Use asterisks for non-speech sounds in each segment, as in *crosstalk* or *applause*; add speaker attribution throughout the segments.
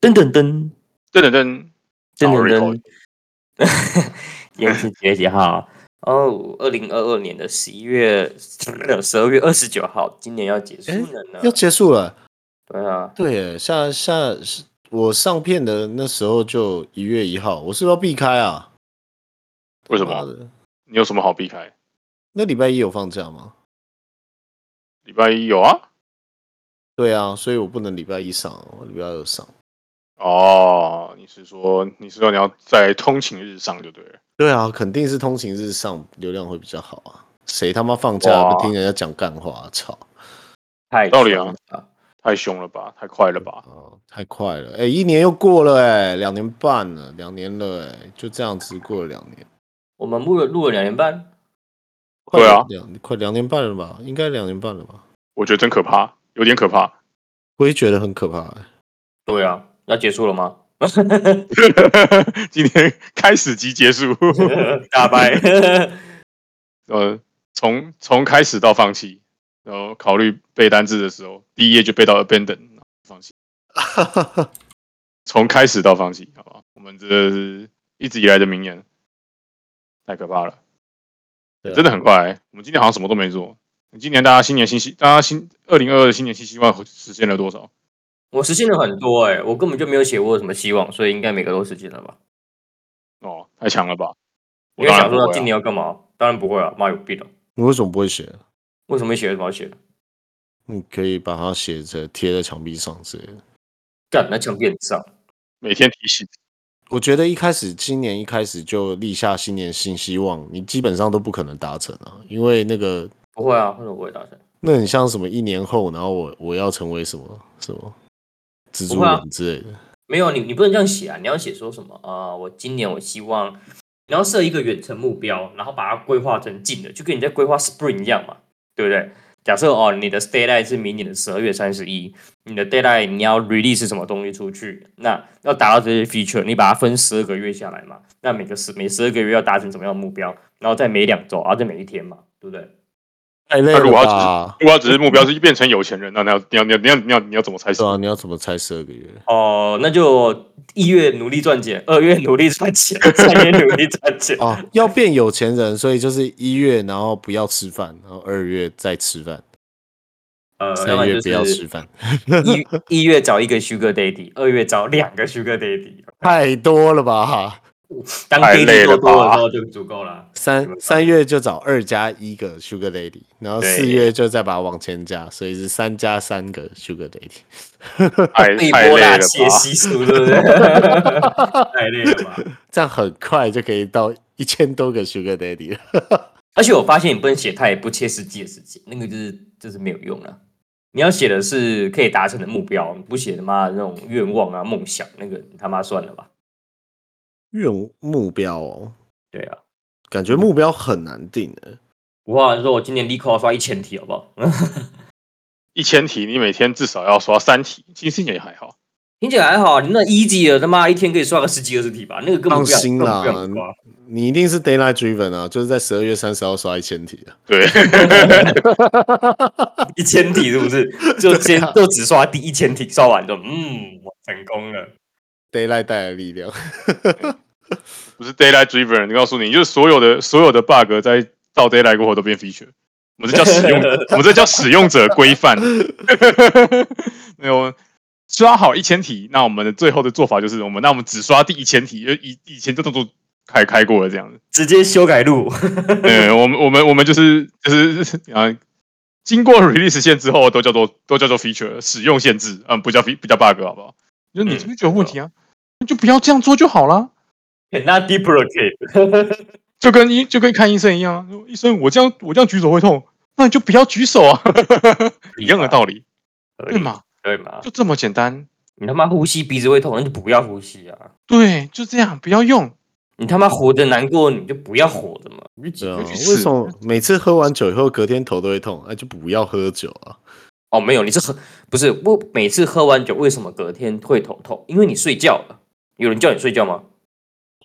Speaker 1: 噔噔噔
Speaker 2: 噔噔噔，
Speaker 1: 噔
Speaker 2: 好瑞口
Speaker 1: 噔噔，今天是几月几号？ *laughs* 哦，二零二二年的十一月十二月二十九号，今年要结束了呢。
Speaker 3: 哎要结束了。
Speaker 1: 对啊，
Speaker 3: 对耶，下下是我上片的那时候就一月一号，我是不是要避开啊？
Speaker 2: 为什
Speaker 3: 妈
Speaker 2: 么？
Speaker 3: 的？
Speaker 2: 你有什么好避开？
Speaker 3: 那礼拜一有放假吗？
Speaker 2: 礼拜一有啊？
Speaker 3: 对啊，所以我不能礼拜一上，我礼拜二上。
Speaker 2: 哦，你是说你是说你要在通勤日上就对了。
Speaker 3: 对啊，肯定是通勤日上流量会比较好啊。谁他妈放假
Speaker 2: 哇
Speaker 3: 不听人家讲干话、啊？操！
Speaker 1: 太
Speaker 2: 道理啊
Speaker 1: 爽了，
Speaker 2: 太凶了吧，太快了吧！
Speaker 3: 哦，太快了！哎、一年又过了、哎，两年半了，两年了、哎，就这样子过了两年。
Speaker 1: 我们录了录了两年半，
Speaker 3: 快
Speaker 2: 对啊
Speaker 3: 两快两年半了吧？应该两年半了吧？
Speaker 2: 我觉得真可怕，有点可怕。 *laughs*
Speaker 3: 我也觉得很可怕、哎
Speaker 1: 对啊，要结束了吗？
Speaker 2: 今天开始即结束，
Speaker 1: *laughs* 大拜，
Speaker 2: 呃，从从开始到放弃，然后考虑背单字的时候，第一页就背到 abandon，然后放弃，
Speaker 3: 哎
Speaker 2: *laughs* 从开始到放弃，好不好？我们这是一直以来的名言，太可怕了，
Speaker 3: 对啊
Speaker 2: 真的很快、欸我们今天好像什么都没做。今年大家新年新希，大家新二零二二的新年新希望实现了多少？
Speaker 1: *laughs* 我实现了很多哎、我根本就没有写我有什么希望，所以应该每个都实现了吧？
Speaker 2: 哦，太强了吧！
Speaker 1: 因为
Speaker 2: 我当然
Speaker 1: 想
Speaker 2: 不
Speaker 1: 说
Speaker 2: 会啊
Speaker 1: 今年要干嘛？当然不会啊，妈有病啊！
Speaker 3: 你为什么不会写？
Speaker 1: 为什么写？为什么要写？
Speaker 3: 你可以把它写着贴在墙壁上之类的。
Speaker 1: 干，那墙壁很脏。
Speaker 2: 每天提醒，
Speaker 3: 我觉得一开始今年一开始就立下新年新希望，你基本上都不可能达成啊，因为那个
Speaker 1: 不会啊，为什么不会达成？
Speaker 3: 那很像什么一年后，然后我我要成为什么什么蜘
Speaker 1: 不
Speaker 3: 蛛
Speaker 1: 会啊
Speaker 3: 人之类的。
Speaker 1: 没有，你你不能这样写啊！你要写说什么啊、我今年我希望你要设一个远程目标，然后把它规划成近的，就跟你在规划 Spring 一样嘛，对不对？假设哦，你的 deadline 是明年的十二月三十一，你的 deadline 你要 release 什么东西出去，那要达到这些 feature，你把它分十二个月下来嘛，那每个十每十二个月要达成什么样的目标，然后在每两周，然后在每一天嘛，对不对？
Speaker 3: 太累
Speaker 2: 那如
Speaker 3: 了
Speaker 2: 果要
Speaker 3: 吧？
Speaker 2: 如果要只是目标是变成有钱人，那你要你要你要你要你要你要怎么才行
Speaker 3: 对？啊，你要怎么猜十二个月？
Speaker 1: 哦、那就一月努力赚钱，二月努力赚钱， *laughs* 三月努力赚钱。
Speaker 3: 哦，要变有钱人，所以就是一月，然后不要吃饭，然后二月再吃饭，
Speaker 1: 呃，要不
Speaker 3: 三
Speaker 1: 然
Speaker 3: 月
Speaker 1: 就
Speaker 3: 不要
Speaker 1: 是
Speaker 3: 吃饭，
Speaker 1: 一一月找一个 Sugar Daddy，二月找两个 Sugar Daddy，
Speaker 3: 太多了吧？
Speaker 1: 当
Speaker 2: 太
Speaker 1: Daddy
Speaker 2: 累
Speaker 1: 够
Speaker 2: 了
Speaker 1: 多的
Speaker 2: 吧
Speaker 1: 时候就足够了。
Speaker 3: 三三月就找二加一个 Sugar Lady，然后
Speaker 1: 对
Speaker 3: 四月就再把它往前加，所以是三加三个 Sugar Lady。
Speaker 2: 太
Speaker 1: 一
Speaker 2: 太
Speaker 1: 波
Speaker 2: 累
Speaker 1: 大
Speaker 2: 了
Speaker 1: 蟹
Speaker 2: 吧？
Speaker 1: 吸数，对不 *laughs* 对？太累了吧！
Speaker 3: 这样很快就可以到一千多个 Sugar Daddy 了。
Speaker 1: 而且我发现你不能写太不切实际的事情，那个就是就是没有用了。你要写的是可以达成的目标，你不写他妈的那种愿望啊、梦想，那个你他妈算了吧。
Speaker 3: 任务目标哦，
Speaker 1: 对啊，
Speaker 3: 感觉目标很难定欸的。
Speaker 1: 我你说我今年立刻要刷一千题，好不好？嗯
Speaker 2: 一千题，你每天至少要刷三题，其实也还好。
Speaker 1: 听起来还好，你那 easy 的他妈一天可以刷个十几二十题吧，那个根本
Speaker 3: 放
Speaker 1: 不想，
Speaker 3: 心
Speaker 1: 根本
Speaker 3: 啦
Speaker 1: 不想刷。，
Speaker 3: 你一定是 d a y l i g h t driven 啊，就是在十二月三十号刷一千题啊。
Speaker 2: 对， *laughs*
Speaker 1: 一千题是不 *laughs* 是？就先就只刷第一千题，刷完就嗯，我成功了。
Speaker 3: d a y l i g h t 带来的力量。
Speaker 2: 不是 daylight driven，告诉你，就是所有的所有的 bug 在到 daylight 过后都变 feature。我们这叫使用，我们这叫使用者规范。没有刷好一千题，那我们的最后的做法就是，我们那我们只刷第一千题，因为以以前这动作开开过了这样子。
Speaker 1: 直接修改 *laughs* 路，
Speaker 2: 对，我们我们我们就是就是啊，经过 release 线之后，都叫做都叫做 feature 使用限制，嗯，不叫 fe 不叫 bug 好不好？就你
Speaker 1: 嗯
Speaker 2: 这个就有问题啊，你就不要这样做就好啦。
Speaker 1: 欸那 deprecate
Speaker 2: 就跟医就跟看医生一样，医生我这样我这样举手会痛，那你就不要举手啊，一样的道理，对吗？
Speaker 1: 对嘛？
Speaker 2: 就这么简单。
Speaker 1: 你他妈呼吸鼻子会痛，那就不要呼吸啊！
Speaker 2: 对，就这样，不要用。
Speaker 1: 你他妈活着难过，你就不要活着嘛！你就
Speaker 3: 对啊，
Speaker 2: 尤其
Speaker 3: 为
Speaker 2: 是
Speaker 3: 什么每次喝完酒以后隔天头都会痛？哎那、就不要喝酒啊！ *laughs*
Speaker 1: 哦，没有，你是喝不是？我每次喝完酒，为什么隔天会头痛？因为你睡觉了。有人叫你睡觉 *laughs* 吗？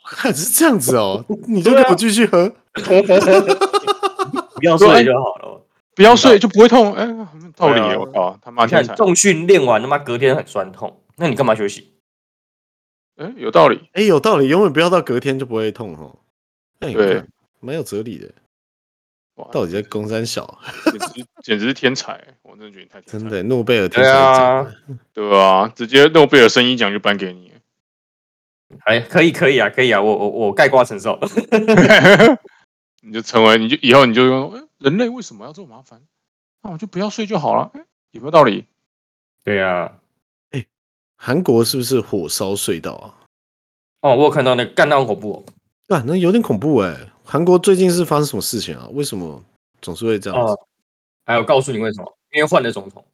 Speaker 3: 看是这样子
Speaker 2: *laughs*
Speaker 3: 哦，你就给我继续
Speaker 2: 啊
Speaker 3: 喝。
Speaker 1: 不要
Speaker 2: 对
Speaker 1: 睡就好了。
Speaker 2: 不要睡就不会痛，哎、道理耶，我靠，他妈
Speaker 1: *laughs* 你看
Speaker 2: 天才，
Speaker 1: 重训练完他妈隔天很酸痛，那你干嘛休息？
Speaker 2: 哎、有道理，
Speaker 3: 哎、有道理，永远不要到隔天就不会痛哦。那你
Speaker 2: 对
Speaker 3: 看，蛮有哲理的。
Speaker 2: 哇，
Speaker 3: 到底在攻山小？
Speaker 2: 简直简直是天才，我真的觉得你太天才
Speaker 3: 真
Speaker 2: 了，
Speaker 3: 的诺贝尔天
Speaker 1: 对
Speaker 3: 才奖，
Speaker 1: 啊，
Speaker 2: 对啊，直接诺贝尔生医奖就颁给你，
Speaker 3: *laughs*
Speaker 1: 还可以可以啊，可以啊，我我我盖瓜承受。
Speaker 2: 你就成为，你就以后你就用、哎人类为什么要这么麻烦？那我就不要睡就好了，哎有没有道理？
Speaker 1: 对啊，
Speaker 3: 韩国是不是火烧隧道啊？
Speaker 1: 哦，我有看到那个干到很恐怖、哦。
Speaker 3: 啊，那有点恐怖哎、韩国最近是发生什么事情啊？为什么总是会这样子？
Speaker 1: 哦，还有告诉你为什么？因为换了总统。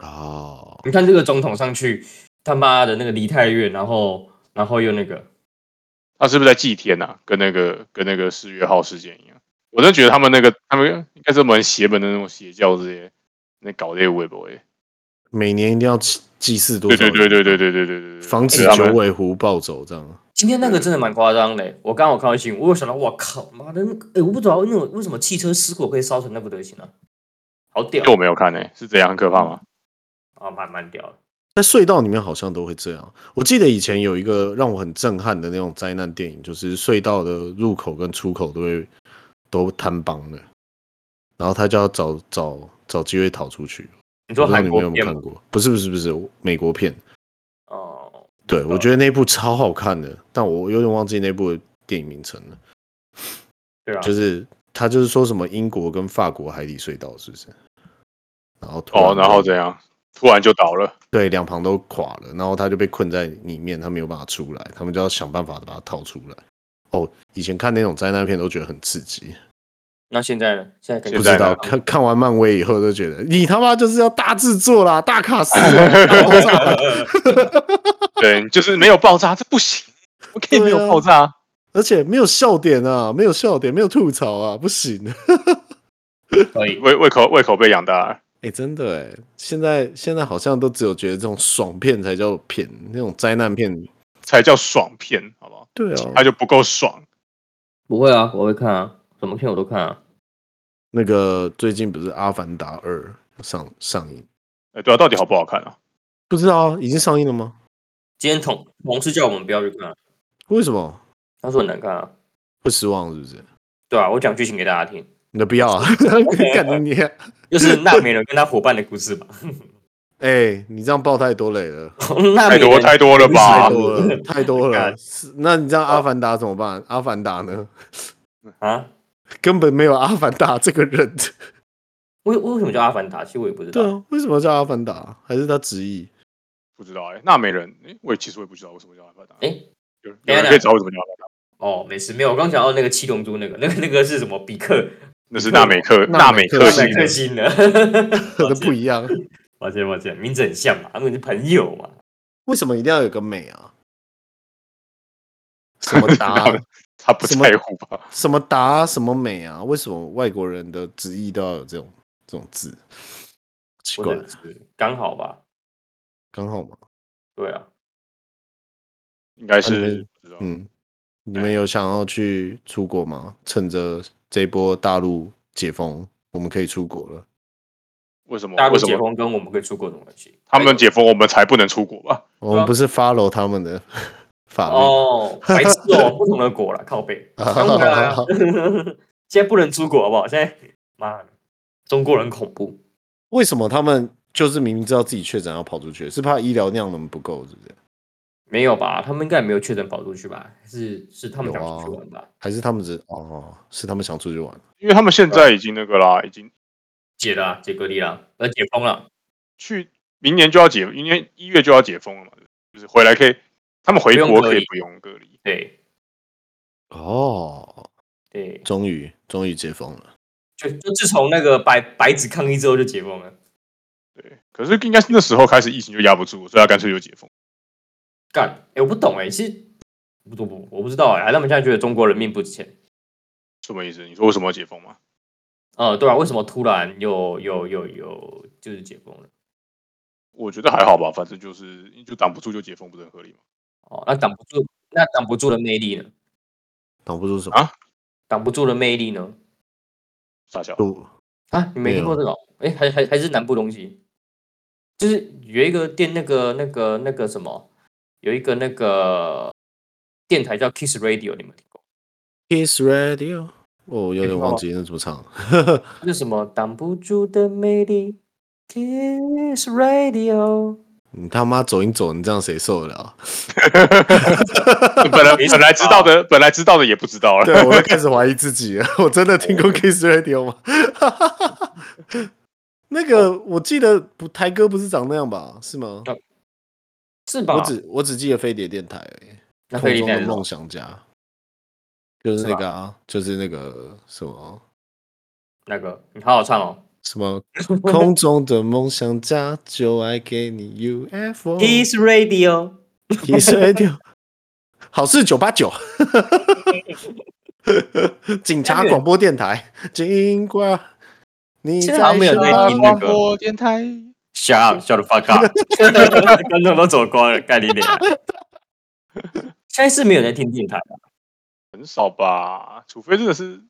Speaker 3: 哦，
Speaker 1: 你看这个总统上去，他妈的那个梨泰院，然后然后又那个，
Speaker 2: 他是不是在祭天呐、啊？跟那个跟那个四月号事件一样，我真的觉得他们那个他们应该是蛮邪门的那种邪教这些，那搞这些微博，哎
Speaker 3: 每年一定要祭祭祀多
Speaker 2: 对
Speaker 3: 少
Speaker 2: 对
Speaker 3: 人？
Speaker 2: 对对对对对对对，
Speaker 3: 防止
Speaker 2: 他
Speaker 3: 九
Speaker 2: 们
Speaker 3: 尾狐暴走这样。
Speaker 1: 今天那个真的蛮夸张的欸、我刚刚我看到新闻，我有想到，我靠，妈的，那个，哎、我不知道那种为什么汽车失火可以烧成那副德行啊，好屌
Speaker 2: 这我没有看诶、哎是这样很可怕吗？
Speaker 3: 嗯
Speaker 1: 啊，蛮蛮屌的。
Speaker 3: 在隧道里面好像都会这样。我记得以前有一个让我很震撼的那种灾难电影，就是隧道的入口跟出口都会都摊帮的，然后他就要找找找机会逃出去。
Speaker 1: 你
Speaker 3: 不
Speaker 1: 说
Speaker 3: 知道
Speaker 1: 韩
Speaker 3: 你们
Speaker 1: 国
Speaker 3: 有没有看
Speaker 1: 片吗？
Speaker 3: 过？不是不是不是美国片，
Speaker 1: 哦，
Speaker 3: 对我觉得那部超好看的，但我有点忘记那部的电影名称了。
Speaker 1: 对啊，
Speaker 3: 就是他就是说什么英国跟法国海底隧道是不是？然后突
Speaker 2: 哦，然后
Speaker 3: 就
Speaker 2: 怎样？突然就倒了。
Speaker 3: 对两旁都垮了，然后他就被困在里面，他没有办法出来，他们就要想办法把他套出来。哦，以前看那种灾难片都觉得很刺激，
Speaker 1: 那现在呢？现在感觉
Speaker 3: 不
Speaker 2: 现
Speaker 3: 知
Speaker 2: 在
Speaker 3: 道
Speaker 2: 呢
Speaker 3: 看看完漫威以后就觉得你他妈就是要大制作啦，大卡司啊，
Speaker 2: *laughs*
Speaker 3: 大爆炸啊
Speaker 2: 对，就是没有爆炸，这不行，不
Speaker 3: 啊
Speaker 2: 可以没有爆炸。啊
Speaker 3: 而且没有笑点啊，没有笑点，没有吐槽啊，不行。
Speaker 1: 可以，
Speaker 2: 胃胃口胃口被养大了，
Speaker 3: 哎、真的哎，现在现在好像都只有觉得这种爽片才叫片，那种灾难片，
Speaker 2: 才叫爽片，好不好？
Speaker 3: 对啊，
Speaker 2: 它就不够爽。
Speaker 1: 不会啊，我会看啊，什么片我都看啊。
Speaker 3: 那个最近不是《阿凡达二》上上映，
Speaker 2: 哎，对啊，到底好不好看啊？
Speaker 3: 不知道啊已经上映了吗？
Speaker 1: 今天同同事叫我们不要去看啊、
Speaker 3: 为什么
Speaker 1: 他说很难看啊。
Speaker 3: 会失望？是不是？
Speaker 1: 对啊，我讲剧情给大家
Speaker 2: *laughs*
Speaker 1: 听，
Speaker 3: 你的不要啊！ *laughs* 感觉你
Speaker 1: 就是纳美人跟他伙伴的故事吧。
Speaker 3: 哎、你这样爆太多雷了，
Speaker 1: 纳
Speaker 2: *laughs* 太
Speaker 1: 美
Speaker 2: 多
Speaker 1: 人
Speaker 2: 太多了
Speaker 3: 太？
Speaker 2: 吧
Speaker 3: 多了，太多了
Speaker 1: 干。
Speaker 3: 是那你这样《阿凡达》怎么办？《阿凡达》呢？
Speaker 1: 啊，
Speaker 3: 根本没有《 *laughs* 阿凡达》这个人。
Speaker 1: 为为什么叫阿凡达？其实我也不知道。
Speaker 3: 对啊，为什么叫《阿凡达》？还是他直译？
Speaker 2: 不知道哎、纳美人，哎、我也其实我也不知道为什么叫阿凡达。
Speaker 1: 哎
Speaker 2: 有有
Speaker 1: 等一下
Speaker 2: 人可以找我怎么叫阿凡达？
Speaker 1: 哦，没事，没有。我刚讲到那个七龙珠那个， *laughs* 那个那个是什么？比克
Speaker 2: 那是纳美克
Speaker 3: 纳
Speaker 2: 纳
Speaker 3: 美
Speaker 2: 美
Speaker 3: 克
Speaker 2: 克
Speaker 3: 星
Speaker 2: 星
Speaker 3: 人
Speaker 1: 克星的， *laughs*
Speaker 3: 可能不一样。
Speaker 1: 抱歉抱歉，名字很像嘛，他们是朋友嘛。
Speaker 3: 为什么一定要有个美 *laughs* 啊？什么达啊、
Speaker 2: 纳美他不
Speaker 3: 什么
Speaker 2: 在乎吧？
Speaker 3: 什么达啊什么美啊？为什么外国人的直译都要有这种这种字？奇
Speaker 1: 或
Speaker 3: 怪，
Speaker 1: 者是刚好吧？
Speaker 3: 刚好嘛。
Speaker 1: 对啊，
Speaker 2: 应该
Speaker 3: 纳美
Speaker 2: 是
Speaker 3: 人
Speaker 2: 不知道。
Speaker 3: 啊嗯，你们有想要去出国吗？趁着这波大陆解封，我们可以出国了。
Speaker 2: 为什么
Speaker 1: 大？陆
Speaker 2: 为什
Speaker 1: 结
Speaker 2: 么
Speaker 1: 婚跟我们可以出国有什么关系？
Speaker 2: 他们解封我们才不能出国吧？
Speaker 3: 我们不是 follow 他们的 *laughs* 法律，
Speaker 1: 哦，白痴哦，不同的国了，
Speaker 2: *laughs*
Speaker 1: 靠背。刚回来啊现在不能出国好不好？现在妈的，中国人恐怖。
Speaker 3: *laughs* 为什么他们就是明明知道自己确诊要跑出去，是怕医疗量能不够，是不是？
Speaker 1: 没有吧？他们应该也没有确诊跑出去吧？是是他们
Speaker 3: 有
Speaker 1: 想
Speaker 3: 啊
Speaker 1: 出去玩吧？
Speaker 3: 还是他们只哦，是他们想出去玩？
Speaker 2: 因为他们现
Speaker 1: 啊
Speaker 2: 在已经那个啦，已经
Speaker 1: 解了啊，解隔离了，
Speaker 3: 嗯
Speaker 1: 呃，解封了。
Speaker 2: 去明年就要解，明年一月就要解封了嘛，就是回来可以，他们回
Speaker 1: 不用
Speaker 2: 国
Speaker 1: 隔
Speaker 2: 可以
Speaker 1: 离
Speaker 2: 不用隔离。
Speaker 1: 对
Speaker 3: 哦，
Speaker 1: 对，
Speaker 3: 终于终于解封了。
Speaker 1: 就就自从那个白白纸抗议之后就解封了。
Speaker 2: 对，可是应该是那时候开始疫情就压不住，所以他干脆就解封。
Speaker 1: 干，哎、我不懂哎、其实不不不，我不知道哎、还他们现在觉得中国人命不值钱。
Speaker 2: 什么意思？你说为什么要解封吗？
Speaker 1: 呃，对啊，为什么突然又又又又就是解封了？
Speaker 2: 我觉得还好吧，反正就是就挡不住就解封，不是很合理吗？
Speaker 1: 哦，那挡不住，那挡不住的魅力呢？
Speaker 3: 挡不住什么
Speaker 2: 啊
Speaker 1: 挡不住的魅力呢？
Speaker 2: 傻笑，
Speaker 3: 路。
Speaker 1: 啊，你没听过这个哦？哎、还还还是南部东西，就是有一个电那个那个那个什么，有一个那个电台叫 Kiss Radio，你们听过？
Speaker 3: Kiss Radio，哦，有
Speaker 1: 没
Speaker 3: 点
Speaker 1: 听
Speaker 3: 忘
Speaker 1: 过
Speaker 3: 记那怎么唱了。
Speaker 1: 那什么挡不住的魅力，Kiss Radio。
Speaker 3: 你他妈走音走成这样，谁受得了？
Speaker 2: 本来
Speaker 1: 没事
Speaker 2: 本来知道的，本来知道的也不知道了。
Speaker 3: 啊 *laughs* 对，我啊都开始怀疑自己了。 *laughs* 我真的听
Speaker 1: 哦
Speaker 3: 过 Kiss Radio 吗？ *laughs* 那
Speaker 1: 哦
Speaker 3: 个我记得不，台哥不是长那样吧？是吗？
Speaker 1: 是吧？
Speaker 3: 我只我只记得飞碟电台而已，
Speaker 1: 那
Speaker 3: 空
Speaker 1: 飞利
Speaker 3: 中
Speaker 1: 贷
Speaker 3: 的
Speaker 1: 是什么
Speaker 3: 梦想家，就是
Speaker 1: 是
Speaker 3: 那个啊，就是那个什
Speaker 1: *laughs*
Speaker 3: 么
Speaker 1: 那个，你好好唱哦。
Speaker 3: *laughs* 什么空中的梦想家，就爱给你 UFO。
Speaker 1: Kiss Radio，
Speaker 3: Kiss Radio，好事九八九，警察广播电台，尽管你
Speaker 1: 现在
Speaker 3: 在
Speaker 1: 好像没有在
Speaker 3: 说
Speaker 1: 听那个
Speaker 2: 啊播电台，
Speaker 1: *laughs* shut up, shut the fuck
Speaker 3: *laughs*
Speaker 1: up，观众都走光了，盖你脸。现在是没有人听电台了，
Speaker 2: 很少吧？除非真的是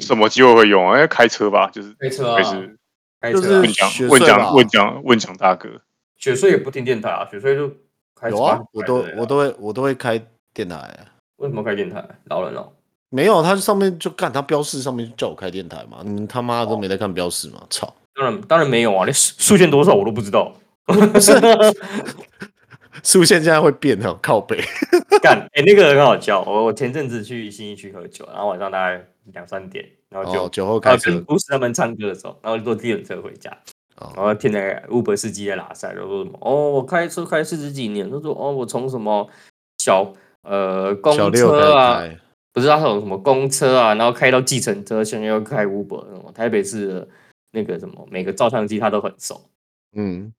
Speaker 2: 什么机会会用啊？要开车吧，就是
Speaker 1: 开车啊
Speaker 2: 还是
Speaker 1: 开
Speaker 3: 就是
Speaker 1: 车啊
Speaker 3: 学
Speaker 2: 问讲问
Speaker 3: 生吧
Speaker 2: 讲问讲问讲大哥，
Speaker 1: 雪穗也不听电台啊，雪穗就开
Speaker 3: 有啊，我都我
Speaker 1: 都
Speaker 3: 都会我都会开电台。啊
Speaker 1: 为什么开电台？老人哦，
Speaker 3: 没有，它上面就干，它标示上面就叫我开电台嘛，你们他妈
Speaker 1: 哦
Speaker 3: 都没在看标示嘛，操！
Speaker 1: 当然当然没有啊，连数数线多少我都不知
Speaker 3: *laughs*
Speaker 1: 道。
Speaker 3: 是不是现在会变的？靠背，
Speaker 1: 干，哎、那个很好笑。我我前阵子去新一区喝酒，然后晚上大概两三点，然后就、
Speaker 3: 哦，酒后
Speaker 1: 然
Speaker 3: 开
Speaker 1: 后
Speaker 3: 车
Speaker 1: 跟，不是他们唱歌的时候，然后坐计程车回家，
Speaker 3: 哦
Speaker 1: 然后听那个 Uber 司机在拉塞，然后说什么哦，我开车开四十几年，他说哦，我从什么小呃公
Speaker 3: 小六
Speaker 1: 车
Speaker 3: 开
Speaker 1: 啊，
Speaker 3: 始开，
Speaker 1: 不知道从什么公车啊，然后开到计程车，现在又开 Uber，什么台北市的那个什么每个照相机他都很熟，
Speaker 3: 嗯，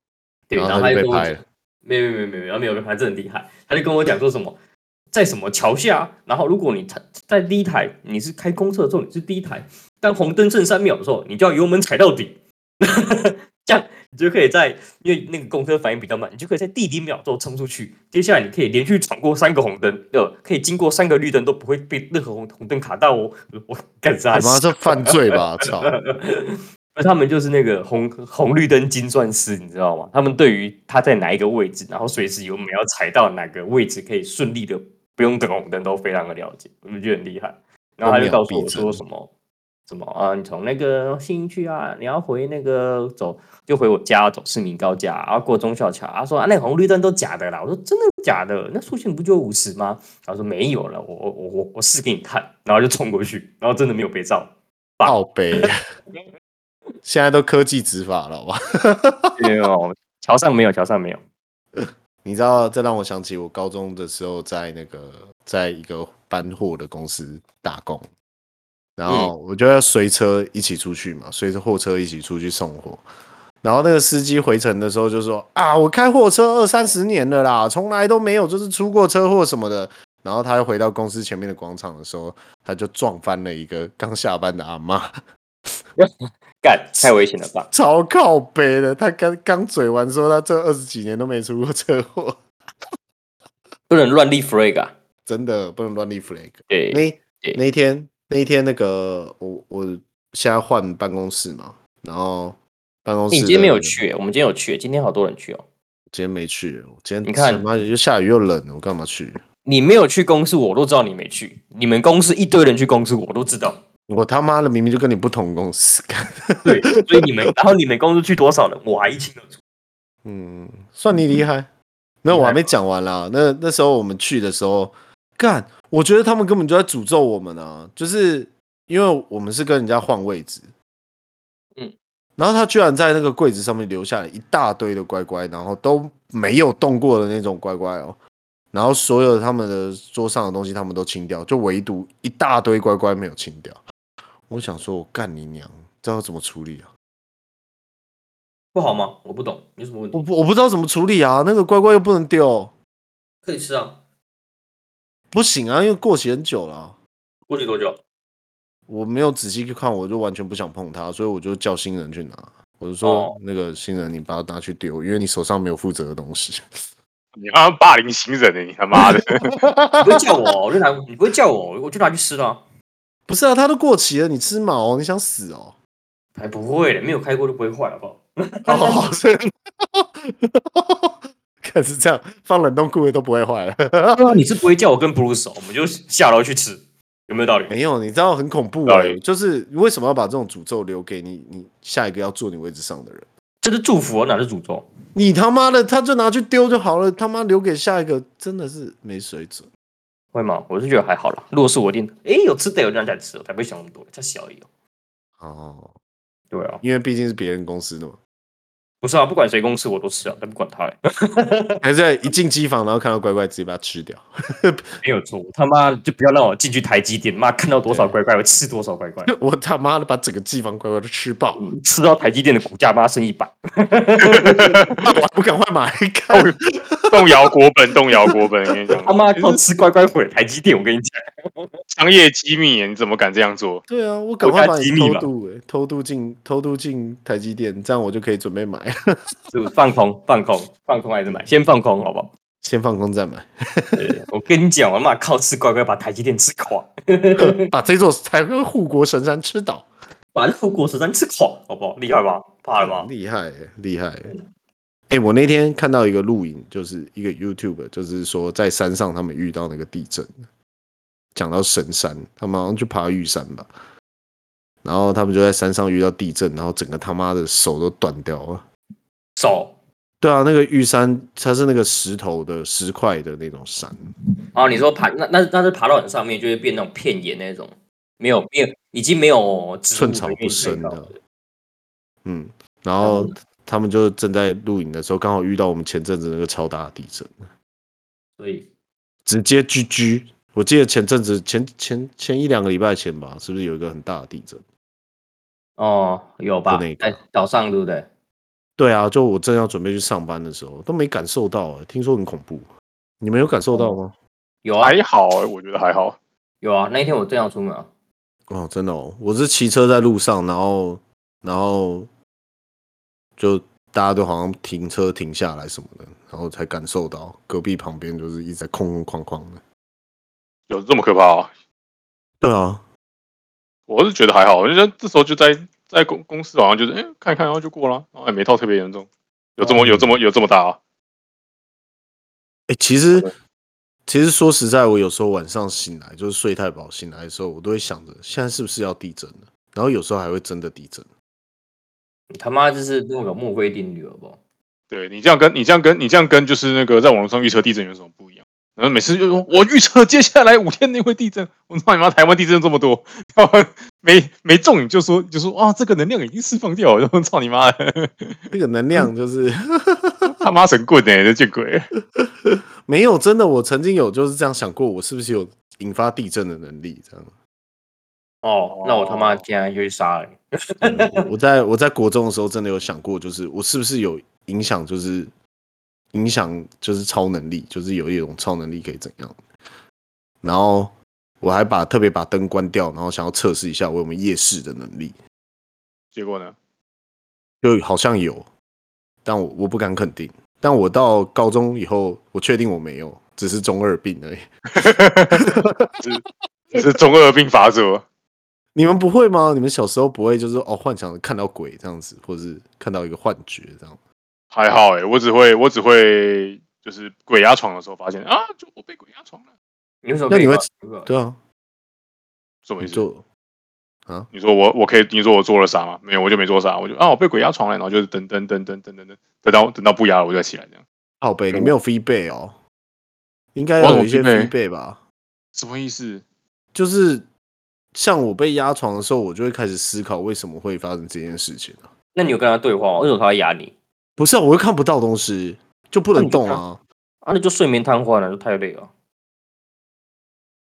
Speaker 1: 对，
Speaker 3: 然
Speaker 1: 然
Speaker 3: 后
Speaker 1: 后
Speaker 3: 他
Speaker 1: 他
Speaker 3: 就被
Speaker 1: 就跟我
Speaker 3: 拍
Speaker 1: 讲
Speaker 3: 了，
Speaker 1: 没有没有没有没有没有，他真的很厉害，他就跟我讲说什么。在什么桥下？然后如果你在在第一台，你是开公车的时候你是第一台，当红灯剩三秒的时候，你就要油门踩到底， *laughs* 这样你就可以在因为那个公车反应比较慢，你就可以在第零秒钟冲出去。接下来你可以连续闯过三个红灯，呃，可以经过三个绿灯都不会被任何红红灯卡到哦。 *laughs* 我干啥
Speaker 3: 他？妈这犯罪吧，
Speaker 1: *laughs*
Speaker 3: 操！
Speaker 1: 那他们就是那个红红绿灯精算师，你知道吗？他们对于他在哪一个位置，然后随时有没有踩到哪个位置，可以顺利的不用等红灯，都非常的了解，我觉得很厉害。然后他就告诉我说什么什么啊，你从那个新区啊，你要回那个走就回我家，走市民高架，然后过中小桥。他说啊，那红绿灯都假的啦。我说真的假的？那速限不就五十吗？他说没有了，我我我我我试给你看，然后就冲过去，然后真的没有被照。
Speaker 3: 靠
Speaker 1: *laughs*
Speaker 3: 背，现在都科技执法了，好吧？
Speaker 1: 没有，桥上没有，桥上没有。
Speaker 3: 你知道，这让我想起我高中的时候在那个在一个搬货的公司打工，然后我就要随车一起出去嘛，随着货车一起出去送货。然后那个司机回程的时候就说：“啊，我开货车二三十年了啦，从来都没有就是出过车祸什么的。”然后他又回到公司前面的广场的时候，他就撞翻了一个刚下班的阿妈， *laughs*
Speaker 1: 干，太危险了吧？
Speaker 3: 超靠北的。他刚刚嘴完说他这二十几年都没出过车祸，
Speaker 1: 不能乱立 flag 啊！
Speaker 3: 真的不能乱立 flag。
Speaker 1: 对，
Speaker 3: 那
Speaker 1: 对
Speaker 3: 那一天那一天那个我我现在换办公室嘛，然后办公室
Speaker 1: 你今天没有
Speaker 3: 的
Speaker 1: 去、我们今天有去、今天好多人去哦。
Speaker 3: 今天没去，我今天
Speaker 1: 你看
Speaker 3: 他妈又下雨又冷，我干嘛去？
Speaker 1: 你没有去公司，我都知道你没去。你们公司一堆人去公司，我都知道。
Speaker 3: 我他妈的明明就跟你不同公司干，
Speaker 1: 对，所以你们， *laughs* 然后你们公司去多少人，我还一清二楚。
Speaker 3: 嗯，算你厉害。那我还没讲完啦，那那时候我们去的时候，干，我觉得他们根本就在诅咒我们啊，就是因为我们是跟人家换位置，
Speaker 1: 嗯，
Speaker 3: 然后他居然在那个柜子上面留下了一大堆的乖乖，然后都没有动过的那种乖乖哦，然后所有他们的桌上的东西他们都清掉，就唯独一大堆乖乖没有清掉。我想说，我干你娘，这要怎么处理啊？
Speaker 1: 不好吗？我不懂，有什么问
Speaker 3: 我
Speaker 1: 题？
Speaker 3: 不我不知道怎么处理啊，那个乖乖又不能丢，
Speaker 1: 可以吃啊。
Speaker 3: 不行啊，因为过期很久了啊，
Speaker 1: 过去多 *laughs* 久？
Speaker 3: 我没有仔细去看，我就完全不想碰它，所以我就叫新人去拿。我就说、
Speaker 1: 哦
Speaker 3: 那个新人，你把它拿去丢，因为你手上没有负责的东西。 *laughs*
Speaker 2: 你他妈霸凌行人呢、欸你他妈的！
Speaker 1: 你不会叫我哦，我就拿，你不会叫我，我就拿去吃了啊、
Speaker 3: 不是啊，它都过期了，你吃毛，你想死哦？
Speaker 1: 才哎不会嘞，没有开过就不会坏，好不好？
Speaker 3: *laughs* 哦，所以 *laughs* 看是这样，放冷冻库的都不会坏了。 *laughs*
Speaker 1: 对啊，你是不会叫我跟 Bruce，哦我们就下楼去吃，有没有道理？
Speaker 3: 没有，你知道很恐怖、
Speaker 2: 道
Speaker 3: 欸，
Speaker 2: 理
Speaker 3: 就是为什么要把这种诅咒留给你？你下一个要坐你位置上的人，
Speaker 1: 这是祝福哦，哪是诅咒？
Speaker 3: 你他妈的，他就拿去丢就好了，他妈留给下一个，真的是没水准。
Speaker 1: 会吗？我是觉得还好啦。如果是我一定，诶，有吃的有让家吃，我哦才不会想那么多，才小而已哦。
Speaker 3: 哦，
Speaker 1: 对啊，
Speaker 3: 因为毕竟是别人公司的嘛，
Speaker 1: 不是啊，不管谁公司我都吃啊，但不管他嘞，
Speaker 3: 还是在一进机房，然后看到乖乖直接把它吃掉，
Speaker 1: 没有错。他妈就不要让我进去台积电，妈看到多少乖乖，我吃多少乖乖，嗯
Speaker 3: 我他妈的把整个机房乖乖都吃爆，
Speaker 1: 吃到台积电的股价妈升一百，
Speaker 3: 我还不赶快买？看
Speaker 2: 动摇国本，动摇国本，我跟你讲，
Speaker 1: 他 *laughs* 妈靠吃乖乖毁了台积电，我跟你讲，
Speaker 2: 商业机密欸耶，你怎么敢这样做？
Speaker 3: 对啊，我赶快把
Speaker 1: 国家
Speaker 3: 你
Speaker 1: 机密
Speaker 3: 偷
Speaker 1: 嘛
Speaker 3: 渡、欸，偷渡进偷渡进台积电，这样我就可以准备买，
Speaker 1: 是不是放空放空放空还是买？先放空好不好？
Speaker 3: 先放空再买，
Speaker 1: 对 *laughs* 我跟你讲，我啊妈靠吃乖乖把台积电吃垮，
Speaker 3: 把这座台湾护国神山吃倒，
Speaker 1: 把护国神山吃垮，好不好？厉害吧？怕了吧？
Speaker 3: 厉害欸厉害欸。哎、我那天看到一个录影，就是一个 YouTube，就是说在山上他们遇到那个地震，讲到神山，他们好像去爬玉山吧，然后他们就在山上遇到地震，然后整个他妈的手都断掉了。
Speaker 1: 走
Speaker 3: 对啊，那个玉山它是那个石头的石块的那种山，
Speaker 1: 哦，你说爬那那那是爬到很上面就会变那种片野那种，没有没有已经没有植物
Speaker 3: 寸草
Speaker 1: 可以
Speaker 3: 不生
Speaker 1: 看到
Speaker 3: 的。嗯，然后他们就正在录影的时候，刚好遇到我们前阵子那个超大的地震，
Speaker 1: 所以
Speaker 3: 直接 GG。我记得前阵子前前前一两个礼拜前吧，是不是有一个很大的地震？
Speaker 1: 哦有吧
Speaker 3: 就那？个
Speaker 1: 在岛上对不对？
Speaker 3: 对啊，就我正要准备去上班的时候，都没感受到、欸，听说很恐怖。你们有感受到吗？
Speaker 1: 有啊
Speaker 3: 哎
Speaker 2: 还好耶，我觉得还好。
Speaker 1: 有啊，那一天我正要出门啊，
Speaker 3: 哦，真的哦，我是骑车在路上，然后然后就大家都好像停车停下来什么的，然后才感受到隔壁旁边就是一直在空空旷旷的。
Speaker 2: 有这么可怕啊？
Speaker 3: 对啊，
Speaker 2: 我是觉得还好，我就觉得这时候就在在公公司好像就是哎、诶看一看，然后就过了，然后也没到特别严重，有这么有这么有这么大啊？
Speaker 3: 哎、其实
Speaker 2: 对
Speaker 3: 其实说实在，我有时候晚上醒来就是睡太饱，醒来的时候我都会想着现在是不是要地震了，然后有时候还会真的地震。
Speaker 1: 你他妈就是那个墨菲定律好不好？
Speaker 2: 对你这样跟你这样跟你这样跟就是那个在网络上预测地震有什么不一样？然后每次就说我预测接下来五天内会地震，我操你妈！台湾地震这么多，然后没没中你就说就说啊，这个能量已经释放掉了，然后操你妈的，
Speaker 3: 那个能量就是、 *laughs*
Speaker 2: 他妈神棍呢、欸这见鬼！
Speaker 3: 没有真的，我曾经有就是这样想过，我是不是有引发地震的能力？这样。
Speaker 1: 哦，那我他妈竟然就去杀了你，
Speaker 3: 嗯我我在我在国中的时候，真的有想过，就是我是不是有影响，就是影响就是超能力，就是有一种超能力可以怎样。然后我还把特别把灯关掉，然后想要测试一下我有没有夜视的能力，
Speaker 2: 结果呢？
Speaker 3: 就好像有，但我我不敢肯定。但我到高中以后，我确定我没有，只是中二病而已。
Speaker 2: 你是中二病发作。
Speaker 3: 你们不会吗？你们小时候不会就是哦幻想着看到鬼这样子，或者是看到一个幻觉这样？
Speaker 2: 还好哎、我只会我只会就是鬼压床的时候发现啊，就我被鬼压床了，
Speaker 1: 你为什么
Speaker 3: 那
Speaker 1: 可以
Speaker 3: 你
Speaker 1: 玩
Speaker 3: 会
Speaker 1: 这个？
Speaker 3: 对啊，
Speaker 2: 什么意思？
Speaker 3: 就
Speaker 2: 你说我我可以，你说我做了啥吗？没有，我就没做啥，我就啊我被鬼压床了，然后就是等等等等等等等等到等到不压了我就起来这样，
Speaker 3: 靠背，
Speaker 2: 对
Speaker 3: 你没有 feedback 哦，应该
Speaker 2: 我
Speaker 3: 要
Speaker 2: 有
Speaker 3: 有一些
Speaker 2: feedback
Speaker 3: feedback 吧？
Speaker 2: 什么意思？
Speaker 3: 就是像我被压床的时候，我就会开始思考为什么会发生这件事情啊
Speaker 1: 那你有跟他对话吗？为什么他会压你？
Speaker 3: 不是啊，我又看不到东西，就不能动
Speaker 1: 那你
Speaker 3: 啊。
Speaker 1: 啊，那就睡眠瘫痪了，就太累了。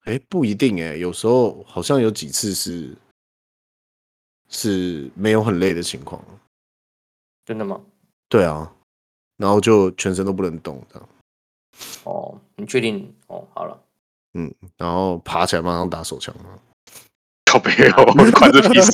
Speaker 3: 哎、不一定哎、有时候好像有几次是是没有很累的情况，
Speaker 1: 真的吗？
Speaker 3: 对啊，然后就全身都不能动这样，
Speaker 1: 哦，你确定？哦，好了，
Speaker 3: 然后爬起来马上打手枪嘛。
Speaker 2: 靠背哦， *laughs* 管这屁事！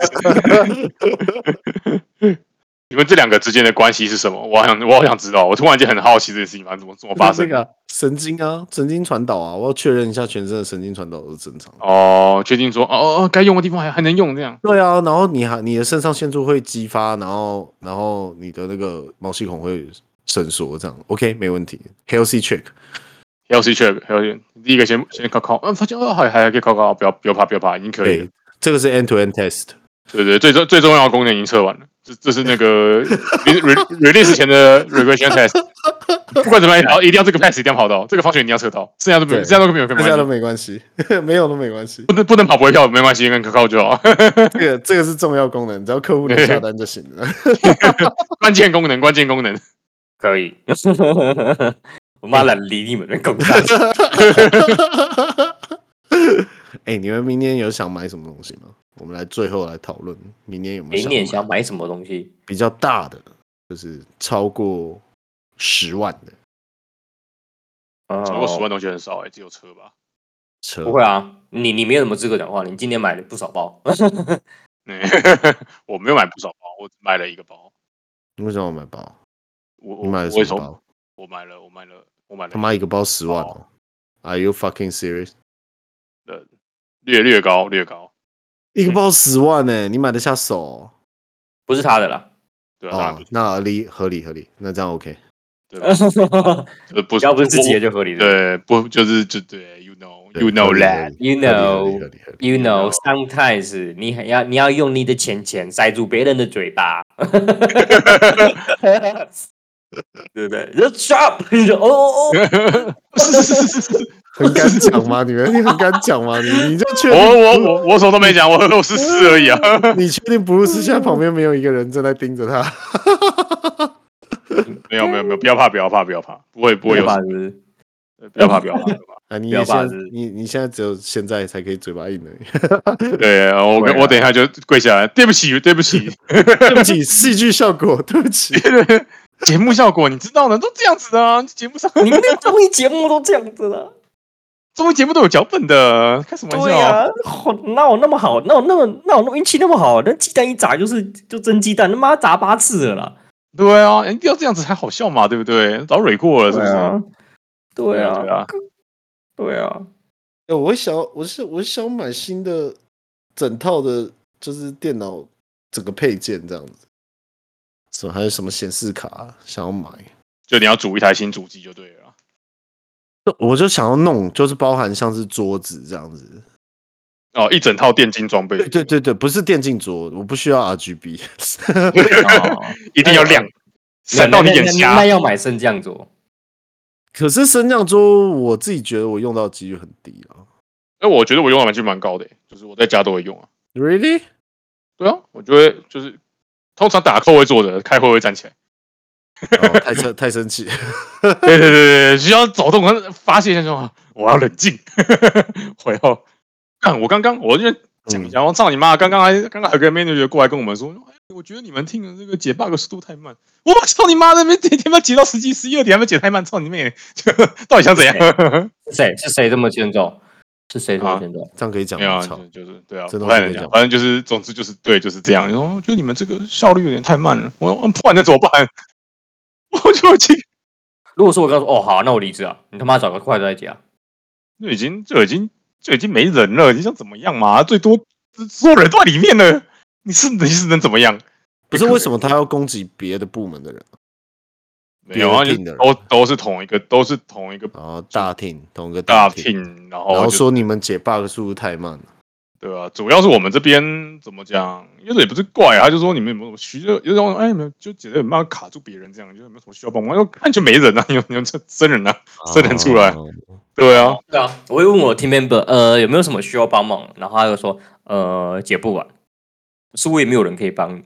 Speaker 2: 你们这两个之间的关系是什么？我好想，我好想知道。我突然间很好奇这件事情，怎么怎么发
Speaker 3: 这
Speaker 2: 生？
Speaker 3: 个啊神经啊，神经传导啊，我要确认一下全身的神经传导都是正常的。
Speaker 2: 哦，确定说，哦哦哦，该用的地方还还能用，这样
Speaker 3: 对啊，然后你还你的肾上腺素会激发，然后然后你的那个毛细孔会伸缩，这样 OK 没问题。Healthy check，
Speaker 2: 要 C check，要第一个先先靠靠，嗯、发现哦，还还可以靠靠，不要不要怕，不要怕，已经可以了
Speaker 3: 对。，哎这个是 end to end test。
Speaker 2: 对对，最重最重要的功能已经测完了，这这是那
Speaker 3: *laughs*
Speaker 2: 个 re- re- release 前的 regression test。不管怎么样，好，一定要这个 pass，一定要跑到这个方选，一定要测到，剩下都没有，
Speaker 3: 对
Speaker 2: 剩下都没有没
Speaker 3: 大家都
Speaker 2: 关系，
Speaker 3: 没关系， *laughs* 没有都没关系。
Speaker 2: 不能不能跑不会跳，没关系，跟可靠就
Speaker 1: *laughs*
Speaker 2: 好。
Speaker 3: 这个这个是重要功能，只要客户能下单就行了。
Speaker 2: 关键功能，关键功能。
Speaker 1: 可以。 *laughs* 我妈懒得理你
Speaker 3: *laughs*
Speaker 1: 们的狗蛋。
Speaker 3: 哎、你们明年有想买什么东西吗？我们来最后来讨论明年有没有
Speaker 1: 明年
Speaker 3: 想 *laughs*
Speaker 1: 想买什么东西？
Speaker 3: 比较大的，就是超过十万的
Speaker 1: 哦
Speaker 2: 超过十万东西很少哎、只有车
Speaker 3: *laughs*
Speaker 2: 吧。
Speaker 3: 车。
Speaker 1: 不会啊，你你没有什么资格讲话，你今年买了不少包。 *laughs*
Speaker 2: 嗯 *laughs* 我没有买不少包，我只买了一个包。
Speaker 3: 你为什么要买包？
Speaker 2: 我我
Speaker 3: 你买了
Speaker 2: 我
Speaker 3: 什么
Speaker 2: 从
Speaker 3: 包？
Speaker 2: 我买了我买了我买了
Speaker 3: 他妈一个包十万哦！Are you fucking serious？
Speaker 2: 略略高略高，
Speaker 3: 一个包十万呢、你买得下手哦？
Speaker 1: 不是他
Speaker 2: *laughs*
Speaker 1: 的啦，
Speaker 2: 对啊，当然
Speaker 3: 哦
Speaker 2: 不，
Speaker 3: 那合理合理合理，那这样 OK。哦
Speaker 2: 对吧？呃不
Speaker 1: 只要不是自己的
Speaker 2: 我
Speaker 1: 就合理的。
Speaker 2: 对不就是就对，you know
Speaker 3: 对
Speaker 2: you know
Speaker 3: 合理
Speaker 2: that，
Speaker 3: 合理
Speaker 1: You
Speaker 3: 合理合理
Speaker 1: know
Speaker 3: 合理合理
Speaker 1: You know, sometimes 你还要你要用你的钱钱塞住别人的嘴巴，对不对？The shop，哦哦哦，
Speaker 2: 是是是是是是，
Speaker 3: 很敢讲吗？你
Speaker 1: *laughs*
Speaker 3: 们你很敢讲吗？你你就确
Speaker 2: *laughs* 我
Speaker 3: 定
Speaker 2: 我我我什么都没讲，我我是是而已啊。 *laughs*
Speaker 3: 你确定布鲁斯现在旁边没有一个人正在盯着他？
Speaker 2: 没有没有没有，不要怕不要怕不要怕，不会不会有
Speaker 1: 吧
Speaker 2: 事，？呃不要怕不要怕。不要怕
Speaker 3: 啊，你
Speaker 1: 不要
Speaker 3: 也
Speaker 1: 吧
Speaker 3: 现在
Speaker 1: 这是
Speaker 3: 你你现在只有现在才可以嘴巴硬而已。
Speaker 2: *laughs* 对，我
Speaker 1: 会啊
Speaker 2: 我等一下就跪下来，对不起 *laughs* 对不起，
Speaker 3: 对不起，戏剧效果，对不
Speaker 1: *laughs*
Speaker 3: 起。
Speaker 2: 节目效果你知道的，都这样子的啊，节目上 *laughs*
Speaker 1: 你们的综艺节目都这样子了，
Speaker 2: 综艺节目都有脚本的，开什么玩
Speaker 1: 对啊
Speaker 2: 笑？啊
Speaker 1: 呀、好，哪有那么好？哪有那么哪有那么运气那么好？啊那鸡蛋一砸就是就真鸡蛋，他妈砸八次了啦！
Speaker 2: 对啊，一定要这样子才好笑嘛，对不对？早蕊过了是不是？，
Speaker 1: 啊对啊，
Speaker 2: 对啊，
Speaker 1: 对啊，
Speaker 3: 哎、我想要我是我想买新的整套的，就是电脑整个配件这样子。什么还有什么显示卡、啊想要买？
Speaker 2: 就你要组一台新主机就对了啦。
Speaker 3: 我就想要弄，就是包含像是桌子这样子。
Speaker 2: 哦，一整套电竞装备，
Speaker 3: 对
Speaker 1: *laughs*
Speaker 3: 对对对，不是电竞桌，我不需要 RGB。
Speaker 1: *laughs* 哦
Speaker 2: 一定要亮，闪到你眼
Speaker 1: 那那那
Speaker 2: 瞎。
Speaker 1: 要买升降桌，
Speaker 3: 可是升降桌，我自己觉得我用到几率很低啊。
Speaker 2: 哎，我觉得我用的玩具蛮高的，就是我在家都会用啊。
Speaker 3: Really？
Speaker 2: 对啊，我觉得就是通常打扣会坐着，开会会站起来。
Speaker 3: *laughs* 哦、太生太生气，
Speaker 2: *laughs* 对对对对，对需要走动跟发泄一下就好。我要冷静， *laughs* 我要。干，我刚刚我就讲一下，我操你妈！刚刚还刚刚还有个 manager 过来跟我们说，哎，我觉得你们听的这个解 bug 速度太慢。我操你妈！那边解他妈解到十几十一二点，还没解太慢，操你妹！ *laughs* 到底想怎样？
Speaker 1: 是谁是谁这么欠揍？是谁这么欠揍？
Speaker 3: 这样可以讲
Speaker 2: 没有
Speaker 3: 吗？
Speaker 2: 啊，
Speaker 3: 操
Speaker 2: 就！就是对啊，
Speaker 3: 这
Speaker 2: 不
Speaker 3: 东
Speaker 2: 太
Speaker 3: 西
Speaker 2: 能
Speaker 3: 可以
Speaker 2: 讲。
Speaker 3: 讲
Speaker 2: 反正就是，总之就是对，就是这样。然后就你们这个效率有点太慢了，我我不管那怎么办？ *laughs* 我就已经
Speaker 1: 如果说我告诉哦好，那我离职啊，你他妈找个快乐在啊家。
Speaker 2: 就已经就已经就已经没人了，你想怎么样嘛？最多所有人都在里面了，你是你是能怎么样？
Speaker 3: 不是为什么他要攻击别的部门的人
Speaker 2: 没有啊，
Speaker 3: 别的 team
Speaker 2: 就
Speaker 3: 的人
Speaker 2: 都都是同一个都是同一个
Speaker 3: 然后大 team 同一个
Speaker 2: 大
Speaker 3: team，
Speaker 2: team，然
Speaker 3: 然
Speaker 2: 后
Speaker 3: 后
Speaker 2: 就
Speaker 3: 说你们解 bug 速度太慢了。
Speaker 2: 对啊，主要是我们这边怎么讲，因为也不是怪啊，他就说你们有没有需要，有种哎，你们就觉得有没有卡住别人这样，就有没有什么需要帮忙？要看就没人啊，你有你有这真人啊，真人出来
Speaker 3: 哦，
Speaker 2: 对啊，
Speaker 1: 对啊，我会问我 team member 呃有没有什么需要帮忙，然后他就说呃解不完，似乎也没有人可以帮你。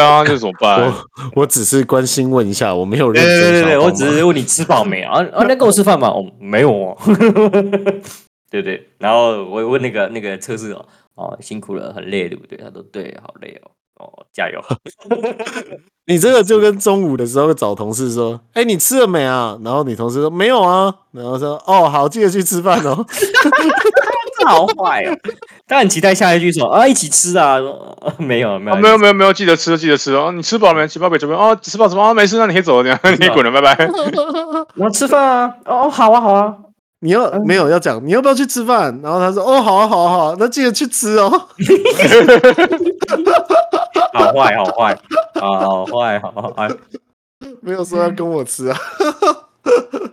Speaker 3: *laughs*
Speaker 2: 啊，这怎么办？
Speaker 3: 我只是关心问一下，我没有认
Speaker 1: 对对
Speaker 3: 真
Speaker 1: 对
Speaker 3: 想
Speaker 1: 对，
Speaker 3: 要帮忙。
Speaker 1: 我只是问你吃饱没 *laughs* 啊啊，那跟我吃饭吗？哦，没有哦。 *laughs* 对对，然后我问那个那个测试哦，哦辛苦了，很累对不对？他说对，好累哦。哦，加油！
Speaker 3: 你这个就跟中午的时候找同事说：“哎、你吃了没啊？”然后你同事说：“没有啊。”然后说：“哦，好，记得去吃饭哦。
Speaker 1: 这好坏 *laughs* 哦。但很期待下一句说啊，一起吃啊， *laughs* 说啊没有没有、
Speaker 2: 啊，没有没有没有，记得吃记得吃哦。你吃饱了没？吃饱没？吃饱哦，吃饱什么？哦，没事，那你可以走了，这样
Speaker 3: *laughs*
Speaker 2: 你可以滚了，拜拜。
Speaker 1: 我要吃饭啊，哦好啊好啊，
Speaker 3: 你要没有要讲，你要不要去吃饭？”然后他说：“哦，好啊，好啊，好啊，那记得去吃哦。
Speaker 1: 好坏好坏啊好坏好坏，”
Speaker 3: 没有说要跟我吃啊，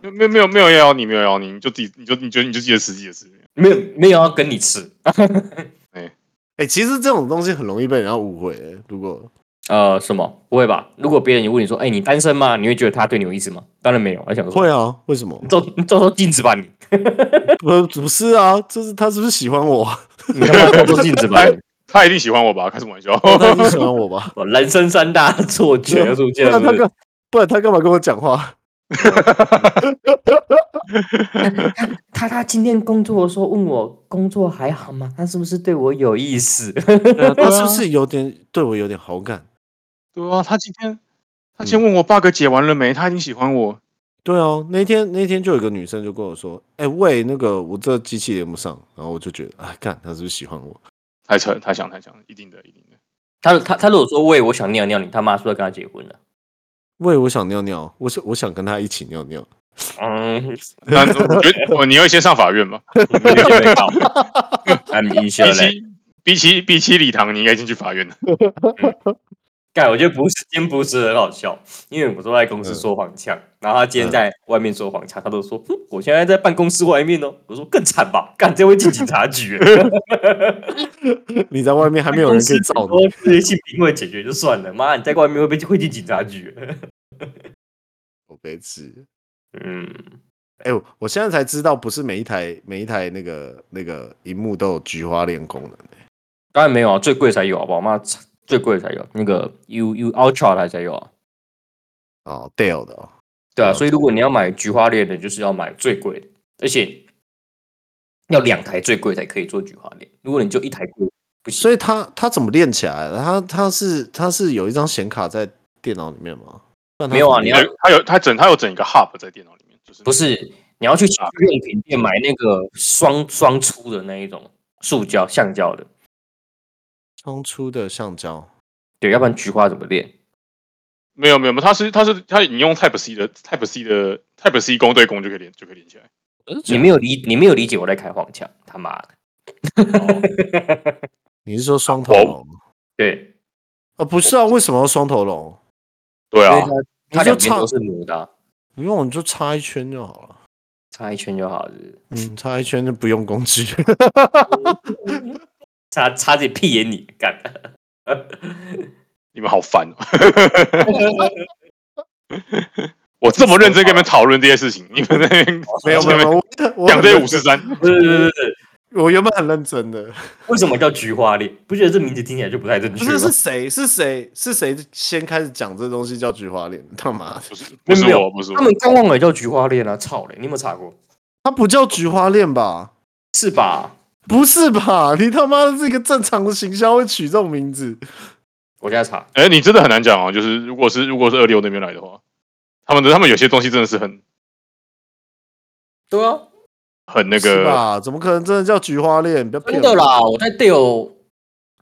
Speaker 2: 没有没有没有要你，没有要你，你就自己你就你就你就记得吃记得吃。
Speaker 1: 没有没有要跟你吃，
Speaker 3: *laughs* 哎、其实这种东西很容易被人家误会、欸。如果
Speaker 1: 呃什么不会吧？如果别人问你说，哎、你单身吗？你会觉得他对你有意思吗？当然没有，我想说
Speaker 3: *laughs*
Speaker 1: *laughs*
Speaker 3: 会啊，为什么？
Speaker 1: 照照照镜子吧你，
Speaker 3: 不不是啊，就是他是不是喜欢 *laughs* 我？
Speaker 1: 你干嘛照照镜子吧你？
Speaker 2: 他一定喜欢我吧？开什么玩笑？
Speaker 3: 他是喜欢我 *laughs* 吧？
Speaker 1: *laughs* 哦人生三大错觉又出
Speaker 3: 不
Speaker 1: 现了
Speaker 3: 然
Speaker 1: 是
Speaker 3: 他
Speaker 1: 不是
Speaker 3: 干，不然他干嘛跟我讲话？
Speaker 1: 他他今天工作的时候问我工作还好吗？他是不是对我有意思？ *laughs*
Speaker 3: *laughs* 他是不是有点啊对我有点好感？
Speaker 2: 啊对啊，他今天他今天问我 bug 解完了没，他一定喜欢我。
Speaker 3: 对哦，那天那天就有个女生就跟我说：“哎、喂，那个我这机器连不上。”然后我就觉得，哎，看他是不是喜欢我？
Speaker 2: 太扯，太想太想，一定的，一定的。
Speaker 1: 他他他如果说喂，我想尿尿，你他妈是不是要跟他结婚了？
Speaker 3: 喂，我想尿尿，我想我想跟他一起尿 *laughs* 尿。
Speaker 1: *laughs* 嗯
Speaker 2: 但是我觉得哦我你会先上法院吧？
Speaker 1: *laughs* ，I'm
Speaker 2: 比
Speaker 1: insurance。
Speaker 2: 起比起比起礼堂，你应该先去法院了。
Speaker 1: 盖，我觉得不是，今天不是很好笑，因为我都在公司
Speaker 3: 嗯
Speaker 1: 说谎腔，然后他今天在外面说谎腔，他都说，哼我现在在办公室外面哦。我说更惨吧，干这会进警察局。
Speaker 3: 你在外面还没有人可以找你，
Speaker 1: 你，这些性平会解决就算了，妈，你在外面会被会进警察局。
Speaker 3: 我白痴。
Speaker 1: *laughs* 嗯，
Speaker 3: 哎、我我现在才知道，不是每一台每一台那个那个荧幕都有菊花恋功能、
Speaker 1: 当然没有啊，最贵才有好不好？妈，最贵才有那个 U U Ultra 它才有啊。
Speaker 3: 哦，Dell 的哦。
Speaker 1: 对啊，
Speaker 3: 了
Speaker 1: 所以如果你要买菊花链的，就是要买最贵的，而且要两台最贵才可以做菊花链。如果你就一台贵，不行。
Speaker 3: 所以他他怎么练起来的？他他是他是有一张显卡在电脑里面吗？不然他
Speaker 1: 没有啊
Speaker 3: 怎么
Speaker 1: 你要
Speaker 3: 练
Speaker 2: 他有他整他有整一个 hub 在电脑里面，就是
Speaker 1: 不是你要去用品店买那个双双粗的那一种塑胶、橡胶的，
Speaker 3: 当初的橡胶。
Speaker 1: 对，要不然菊花怎么练？
Speaker 2: 没有没有，没有他是他是他你用 Type C 的 Type C 的 Type C 公对公就可以连就可以连起来。
Speaker 1: 你没有理，你没有理解我在开黄腔，他妈的！
Speaker 3: 你是说双头龙？
Speaker 1: 对，
Speaker 3: 啊，不是啊，为什么要双头龙？
Speaker 2: 对啊，
Speaker 3: 你
Speaker 1: 它
Speaker 3: 就
Speaker 1: 两边
Speaker 3: 插
Speaker 1: 都是母的啊、
Speaker 3: 不用，你就插一圈就好了。
Speaker 1: 插一圈就好是不是
Speaker 3: 嗯，插一圈就不用工具。
Speaker 1: *laughs* 插插进屁眼里 *laughs* 干。
Speaker 2: 你们好烦、哦。我这么认真跟你们讨论这些事情，你们在那边
Speaker 3: 哦没有没有没有，我 *laughs* 我
Speaker 2: 讲这些
Speaker 3: 很
Speaker 2: 五十三，
Speaker 1: 不是不是不是，
Speaker 3: 我原本很认真的。
Speaker 1: 为什么叫菊花恋？不觉得这名字听起来就不太正
Speaker 3: 不
Speaker 1: 确吗？
Speaker 3: 是是谁是谁是谁先开始讲这东西叫菊花恋？他妈的，
Speaker 2: 不是
Speaker 1: 没
Speaker 2: 不
Speaker 1: 有
Speaker 2: 是
Speaker 1: 没有
Speaker 2: 我，不是
Speaker 1: 他
Speaker 2: 我，
Speaker 1: 们刚忘了叫菊花恋啊！操嘞，你有没有查过？
Speaker 3: 它不叫菊花恋吧？
Speaker 1: 是吧？
Speaker 3: 不是吧？你他妈的是一个正常的行销会取这种名字？
Speaker 1: 我现在查，
Speaker 2: 哎、你真的很难讲哦。就是如果是如果是二六那边来的话，他们的他们有些东西真的是很
Speaker 1: 对啊，
Speaker 2: 很那
Speaker 3: 是
Speaker 2: 个，
Speaker 3: 吧？怎么可能真的叫菊花恋？不要骗
Speaker 1: 真
Speaker 3: 我
Speaker 1: 的啦，！我在 Dell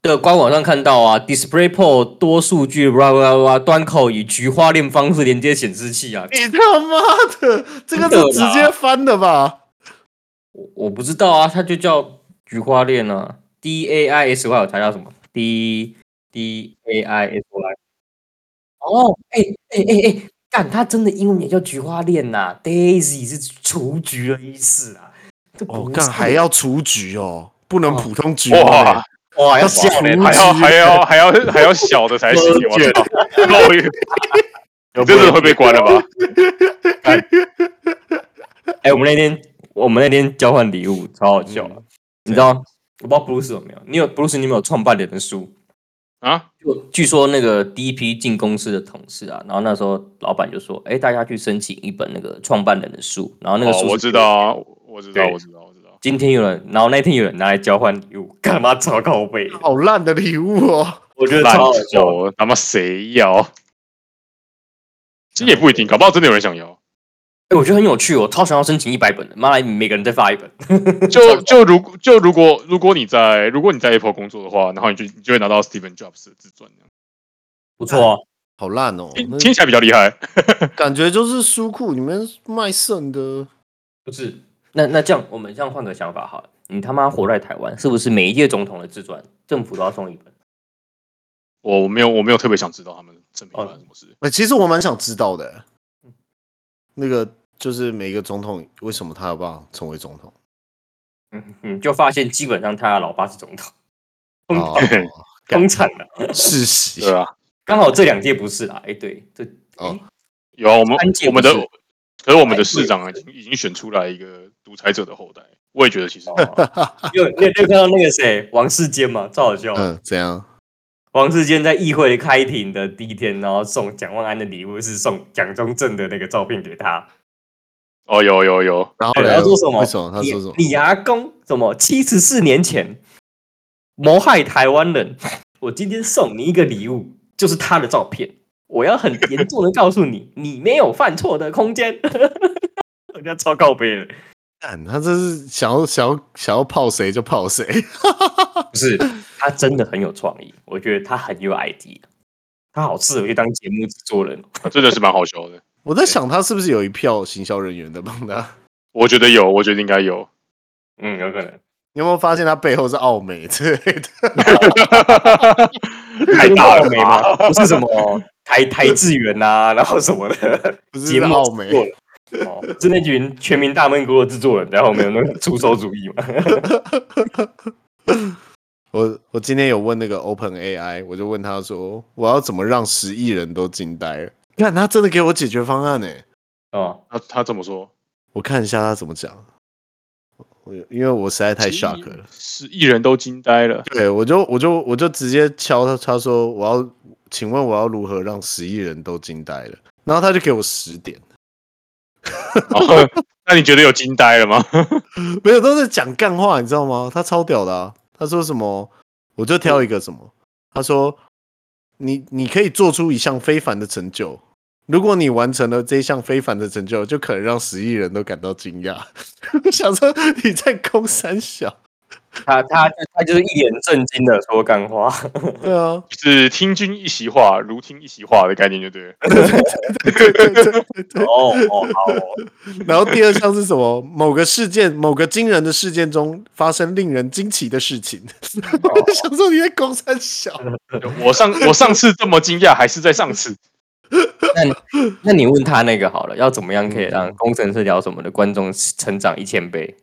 Speaker 1: 的官网上看到啊，DisplayPort 多数据 blah blah blah 端口以菊花链方式连接显示器 *laughs* 啊，
Speaker 3: 你他妈的，这个是直接翻的吧？
Speaker 1: 我我不知道啊，它就叫菊花链啊，D A I S Y，它叫什么？D D A I S Y。哦，哎哎哎哎，干，它真的英文也叫菊花链呐、Daisy 是雏菊的意思啊。这
Speaker 3: 哦，
Speaker 1: 不
Speaker 3: 干
Speaker 1: 是
Speaker 3: 还要雏菊哦，不能普通菊花恋
Speaker 2: 哇，，
Speaker 1: 哇，要
Speaker 3: 雏
Speaker 1: 吓人
Speaker 3: 菊
Speaker 2: 还要还要还要还要小的才行，我操！ *laughs* 漏一个，你真的会被关了吧？
Speaker 1: 哎、我们那天我们那天交换礼物超好笑的、
Speaker 3: 嗯
Speaker 1: 你知道我不知道 Bruce 有没有？你有 Bruce 你有没有创办人的书？
Speaker 2: 啊，
Speaker 1: 就据说那个第一批进公司的同事啊，然后那时候老板就说：“哎、大家去申请一本那个创办人的书。”然后那个
Speaker 2: 哦
Speaker 1: 书、，
Speaker 2: 我知道。啊，我知道，
Speaker 1: 对
Speaker 2: 我知道，我知道。
Speaker 1: 今天有人，然后那天有人拿来交换礼物，干嘛超靠背？
Speaker 3: 好烂的礼物哦！
Speaker 4: 我觉得
Speaker 2: 烂
Speaker 4: 超好笑。
Speaker 2: 狗，他妈谁要？其实也不一定，搞不好真的有人想要。
Speaker 1: 哎、我觉得很有趣哦，超想要申请一百本的，妈来每个人再发一本。
Speaker 2: 就就如就如果如果你在如果你在 Apple 工作的话，然后你就你就会拿到 Steven Jobs 的自传，
Speaker 1: 不错、啊，
Speaker 3: 好烂哦、
Speaker 2: 听
Speaker 3: 那
Speaker 2: 听起来比较厉害。
Speaker 3: 感觉就是书库里面卖剩的。
Speaker 1: 不是？那那这样，我们这样换个想法好了。你他妈活在台湾，是不是每一届总统的自传，政府都要送一本？ *laughs*
Speaker 2: 我我没有我没有特别想知道他们证明了什么事，
Speaker 3: 哎、其实我蛮想知道的、欸那个就是每个总统为什么他有办法成为总统？
Speaker 1: 嗯，你就发现基本上他的老爸是总统，疯 *laughs*
Speaker 3: 哦
Speaker 1: 狂，疯产了。
Speaker 3: 世袭
Speaker 2: 对啊，
Speaker 1: 刚好这两届不是啦，哎、对，这
Speaker 3: 哦
Speaker 2: 有啊，我们
Speaker 1: 安检
Speaker 2: 我们的
Speaker 1: 不是
Speaker 2: 可是我们的市长已经已经选出来一个独裁者的后代，我也觉得其实
Speaker 3: 哦
Speaker 1: *laughs* 又你有看到那个谁王世坚嘛，超好笑。
Speaker 3: 嗯，怎样？
Speaker 1: 王世坚在议会开庭的第一天，然后送蒋万安的礼物是送蒋中正的那个照片给他，
Speaker 2: 哦有有有，
Speaker 3: 然后
Speaker 1: 对
Speaker 3: 嘞
Speaker 1: 然后说什么？
Speaker 3: 为什么他说什么？
Speaker 1: 你你阿公什么七十四年前谋害台湾人，我今天送你一个礼物，就是他的照片。我要很严重的告诉你，你没有犯错的空间。 *laughs* 人家超告别的，
Speaker 3: 干他这是想要想要想要泡谁就泡谁。 *laughs*
Speaker 1: 不是他真的很有创意，我觉得他很有 idea，他好适合去当节目制作人哦。
Speaker 2: 真的是蛮好笑的。
Speaker 3: 我在想他是不是有一票行销人员在帮他？ *laughs*
Speaker 2: 我觉得有，我觉得应该有。
Speaker 1: 嗯，有可能。
Speaker 3: 你有没有发现他背后是奥美之类的？ *laughs*
Speaker 2: 太大了
Speaker 1: 没吗？不是什 *laughs* 么台台志远呐，然后什么 *laughs* 的
Speaker 3: 不是
Speaker 1: 节目
Speaker 3: 奥美
Speaker 1: 制作人哦，是那群全民大闷锅的制作人，然后我们有那个出馊主意 *laughs* 嘛？
Speaker 3: 我我今天有问那个 Open AI，我就问他说，我要怎么让十亿人都惊呆？看他真的给我解决方案欸呢、
Speaker 1: 哦，
Speaker 2: 他他怎么说？
Speaker 3: 我看一下他怎么讲。我因为我实在太 shock 了，
Speaker 2: 十亿人都惊呆了。
Speaker 3: 对我就我就我就直接敲他，他说我要，请问我要如何让十亿人都惊呆了？然后他就给我十点， *laughs*
Speaker 2: 然后那你觉得有惊呆了吗？
Speaker 3: 没有都是讲干话，你知道吗？他超屌的啊！他说什么，我就挑一个什么，他说你你可以做出一项非凡的成就，如果你完成了这项非凡的成就，就可能让十亿人都感到惊讶。 *laughs* 想说你在攻三小，
Speaker 1: 他他他就是一脸震惊的说干话，
Speaker 3: 对啊，
Speaker 2: 是听君一席话，如听一席话的概念就对了。
Speaker 3: 对对对
Speaker 1: *laughs* 哦哦好哦，
Speaker 3: 然后第二项是什么？ *laughs* 某个事件，某个惊人的事件中发生令人惊奇的事情。
Speaker 2: 哦
Speaker 3: *laughs* 我想说你在攻三
Speaker 2: *laughs*
Speaker 3: 小，
Speaker 2: 我上我上次这么惊讶，还是在上
Speaker 3: *laughs*
Speaker 2: 次。
Speaker 1: 那你问他那个好了，要怎么样可以让工程师聊什么的观众成长一千倍？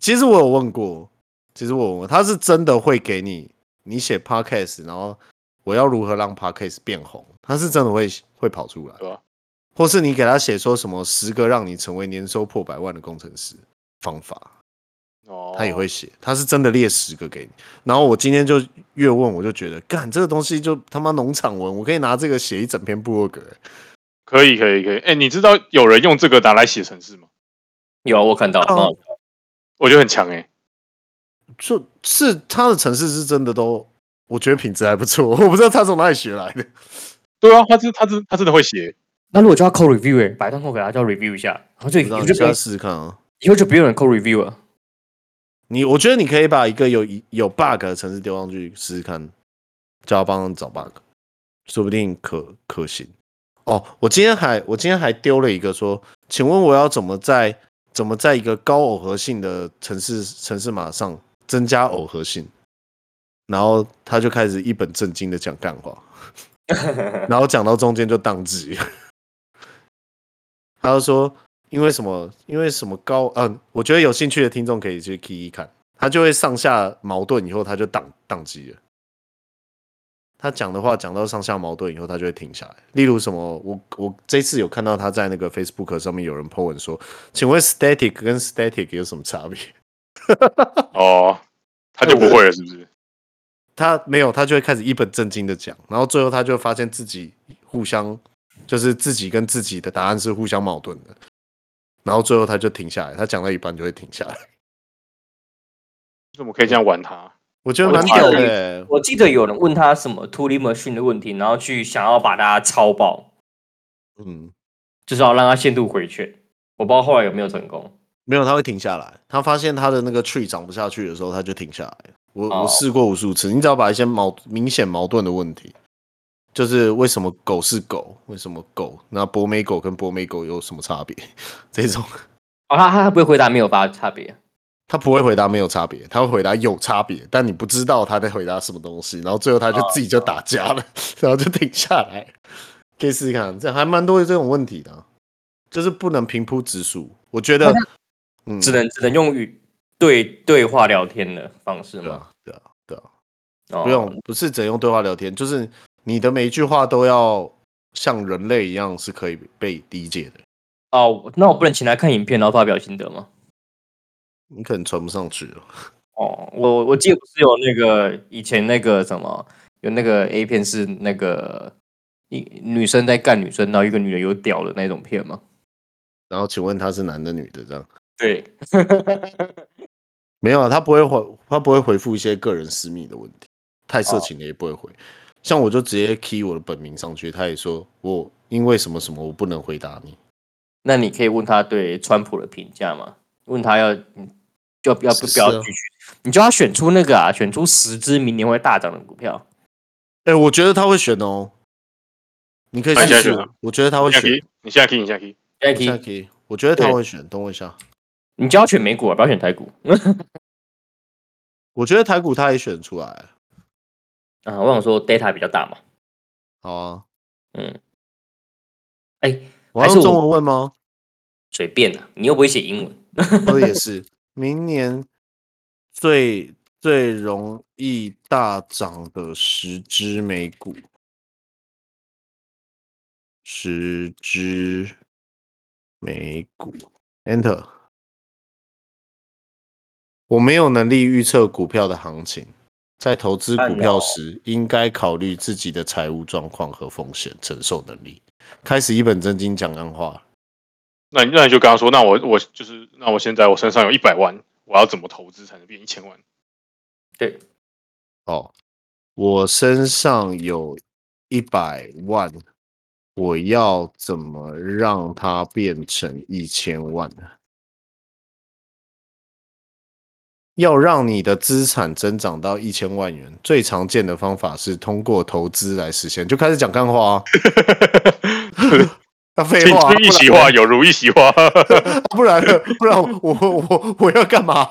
Speaker 3: 其实我有问过，其实我有问过他是真的会给你，你写 podcast，然后我要如何让 podcast 变红，他是真的会会跑出来，
Speaker 2: 对啊
Speaker 3: 或是你给他写说什么十个让你成为年收破百万的工程师方法，
Speaker 2: 哦，
Speaker 3: 他也会写，他是真的列十个给你。然后我今天就越问，我就觉得干这个东西就他妈农场文，我可以拿这个写一整篇部落格、欸
Speaker 2: 可以可以可以。哎，你知道有人用这个拿来写程式吗？
Speaker 1: 有啊，我看到，
Speaker 3: 哦
Speaker 2: 我觉得很强哎。
Speaker 3: 就是他的城市是真的都，我觉得品质还不错，我不知道他从哪里学来的。
Speaker 2: 对啊，他真他真他真的会写。
Speaker 1: 那如果叫他扣 review 哎，百段扣给他叫 review 一下，然后就
Speaker 3: 不知道你
Speaker 1: 以后就不
Speaker 3: 下
Speaker 1: 用
Speaker 3: 次试试看啊。
Speaker 1: 以后就不用人扣 review 了。
Speaker 3: 你我觉得你可以把一个有有 bug 的城市丢上去试试看，叫他帮忙找 bug，说不定可可行。哦，我今天还我今天还丢了一个说，请问我要怎么在怎么在一个高耦合性的城市城市码上增加耦合性？然后他就开始一本正经的讲干话，然后讲到中间就宕机， *laughs* 他就说因为什么？因为什么高？嗯、我觉得有兴趣的听众可以去 key 一看，他就会上下矛盾，以后他就宕宕机了。他讲的话讲到上下矛盾以后，他就会停下来。例如什么，我我这次有看到他在那个 Facebook 上面有人 po 文说，请问 static 跟 static 有什么差别？
Speaker 2: *laughs* 哦，他就不会了是不是？
Speaker 3: 他没有，他就会开始一本正经的讲，然后最后他就发现自己互相就是自己跟自己的答案是互相矛盾的，然后最后他就停下来，他讲到一半就会停下来。
Speaker 2: 怎么可以这样玩他？
Speaker 3: 我觉得
Speaker 1: 我
Speaker 3: 蛮
Speaker 1: 记
Speaker 3: 屌
Speaker 1: 得
Speaker 3: 的欸、
Speaker 1: 我记得有人问他什么 to lim machine 的问题，然后去想要把它抄爆，
Speaker 3: 嗯，
Speaker 1: 就是要让它限度回圈。我不知道后来有没有成功。
Speaker 3: 没有，他会停下来。他发现他的那个 tree 长不下去的时候，他就停下来。我、
Speaker 1: 哦
Speaker 3: 我试过无数次，你只要把一些矛明显矛盾的问题，就是为什么狗是狗，为什么狗那博美狗跟博美狗有什么差别？ *laughs* 这种
Speaker 1: 哦，他他他不会回答没有发差别。
Speaker 3: 他不会回答没有差别，他会回答有差别，但你不知道他在回答什么东西，然后最后他就
Speaker 1: 哦
Speaker 3: 自己就打架了， *laughs* 然后就停下来。可以试试看，这还蛮多这种问题的啊、就是不能平铺直述。我觉得
Speaker 1: 好像，
Speaker 3: 嗯
Speaker 1: 只能只能用语对对话聊天的方式
Speaker 3: 对
Speaker 1: 吗？
Speaker 3: 啊，对啊，对啊。
Speaker 1: 哦
Speaker 3: 不用，不是只用对话聊天，就是你的每一句话都要像人类一样是可以被理解的。
Speaker 1: 哦，那我不能请他看影片然后发表心得吗？
Speaker 3: 你可能传不上去了，
Speaker 1: 哦，我我记得不是有那个以前那个什么，有那个 A 片是那个一女生在干女生，然后一个女的有屌的那种片吗？
Speaker 3: 然后请问他是男的女的这样？
Speaker 1: 对，
Speaker 3: 没有啊，他不会回，他不会回复一些个人私密的问题，太色情的也不会回。像我就直接 key 我的本名上去，他也说我因为什么什么我不能回答你，
Speaker 1: 那你可以问他对川普的评价吗？问他要嗯要不要不
Speaker 3: 是
Speaker 1: 不要
Speaker 3: 啊
Speaker 1: 继续？你就要选出那个啊，选出十只明年会大涨的股票。
Speaker 3: 哎、我觉得他会选哦，你可以
Speaker 2: 那你现在
Speaker 3: 试试
Speaker 2: 选啊，
Speaker 3: 我觉得他会
Speaker 2: 你现在可
Speaker 3: 选
Speaker 2: 以，，你现在可以，你现在可以。
Speaker 1: 现在
Speaker 3: 我现在
Speaker 1: 可以，
Speaker 3: 可以，我觉得他
Speaker 1: 对
Speaker 3: 会选，等我一下。
Speaker 1: 啊你就要选美股啊，不要选台股。
Speaker 3: 我觉得台股他也选出来，
Speaker 1: 啊，我想说 data 比较大嘛，
Speaker 3: 好啊，
Speaker 1: 嗯，哎、
Speaker 3: 我要
Speaker 1: 还是
Speaker 3: 用
Speaker 1: 我
Speaker 3: 中文问吗？
Speaker 1: 随便啦、你又不会写英文，
Speaker 3: 我哦也是，明年最最容易大涨的十只美股，十只美股，Enter。我没有能力预测股票的行情，在投资
Speaker 1: 哎
Speaker 3: 股票
Speaker 1: 呦
Speaker 3: 时，应该考虑自己的财务状况和风险承受能力。开始一本正经讲干话，
Speaker 2: 那你那你就跟他说，那我我就是，那我现在我身上有一百万，我要怎么投资才能变一千万？
Speaker 1: 对，
Speaker 3: 哦，我身上有一百万，我要怎么让它变成一千万呢？要让你的资产增长到一千万元，最常见的方法是通过投资来实现。就开始讲干话、啊， *laughs* 那废
Speaker 2: 请
Speaker 3: 话啊、
Speaker 2: 听一席话，有如一席话。 *laughs*
Speaker 3: 不然呢不然呢不然我我我我要干嘛？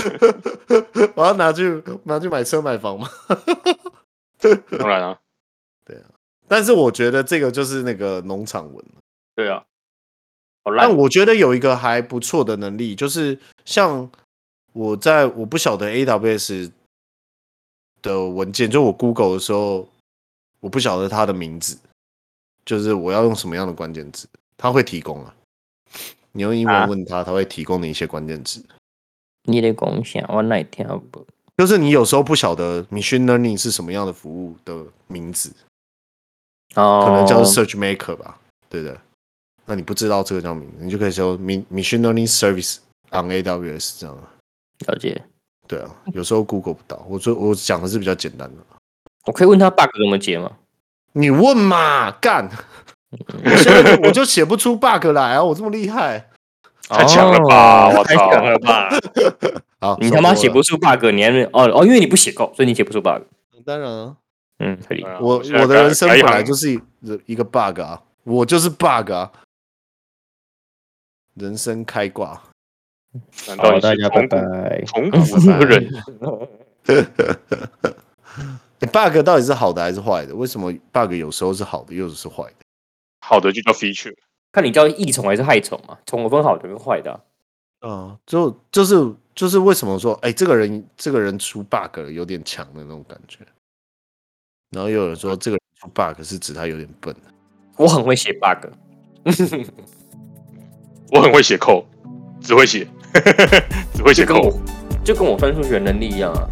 Speaker 3: *laughs* 我要拿去拿去买车买房吗？
Speaker 2: 当然啊，
Speaker 3: 但是我觉得这个就是那个农场文。
Speaker 1: 对啊，好烂
Speaker 3: 但，我觉得有一个还不错的能力，就是像我在我不晓得 AWS 的文件，就我 Google 的时候，我不晓得它的名字，就是我要用什么样的关键字，它会提供啊。你用英
Speaker 1: 啊
Speaker 3: 文问它，它会提供你一些关键字。
Speaker 1: 你的贡献我哪天不？
Speaker 3: 就是你有时候不晓得 machine learning 是什么样的服务的名字，
Speaker 1: 哦，
Speaker 3: 可能叫 Search Maker 吧，对不对？那你不知道这个叫名字，你就可以说 Mi- Machine Learning Service on AWS 这样。啊
Speaker 1: 了解。
Speaker 3: 对啊，有时候 Google 不到，我说我讲的是比较简单的。
Speaker 1: 我可以问他 bug 怎么解吗？
Speaker 3: 你问嘛，干！我现在就我 *laughs* 就写不出 bug 来啊，我这么厉害。
Speaker 2: 太强了吧
Speaker 1: 哦
Speaker 2: 我
Speaker 1: 太
Speaker 2: 操
Speaker 1: 强了吧！
Speaker 3: 好，
Speaker 1: 你他妈写不
Speaker 3: 差
Speaker 1: 出 bug，你还没哦哦，因为你不写够，所以你写不出 bug。
Speaker 3: 不多了？当然啊，
Speaker 1: 嗯，合理
Speaker 2: 当。然啊
Speaker 3: 我
Speaker 2: 现在
Speaker 3: 我的
Speaker 2: 改
Speaker 3: 人生
Speaker 2: 改一
Speaker 3: 本来
Speaker 2: 行
Speaker 3: 就是一一个 bug 啊，我就是 bug 啊，人生开挂。
Speaker 2: 难道你是从古
Speaker 1: 哦拜。
Speaker 3: *laughs*
Speaker 2: 从古之人？
Speaker 3: *laughs* 欸 bug 到底是好的还是坏的？为什么 bug 有时候是好的，有时候是坏的？
Speaker 2: 好的就叫 feature，
Speaker 1: 看你叫益虫还是害虫嘛？虫有分好的跟坏的啊、
Speaker 2: 嗯
Speaker 3: 啊，就就是就是为什么说，哎、这个人这个人出 bug 了有点强的那种感觉。然后又有人说，这个人出 bug 是指他有点笨。
Speaker 1: 我很会写 bug，
Speaker 2: 我很会写扣，只会写， *laughs* 只会写
Speaker 1: 就跟我
Speaker 2: 扣，
Speaker 1: 就跟我算数学能力一样啊。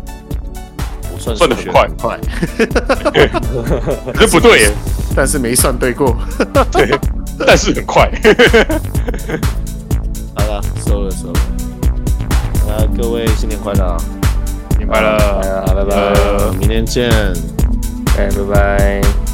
Speaker 1: 我算
Speaker 2: 算得
Speaker 1: 数学
Speaker 2: 很快，
Speaker 3: 快，
Speaker 2: 可是不对
Speaker 3: *laughs*
Speaker 2: 耶，
Speaker 3: 但是没算对过。
Speaker 2: 但是很快。
Speaker 3: 好了，收了收了。那各位新年快乐啊！
Speaker 5: 明白了，
Speaker 3: 好拜拜
Speaker 5: 呃
Speaker 2: *laughs* 呃
Speaker 1: 明天见。
Speaker 3: 哎，拜拜。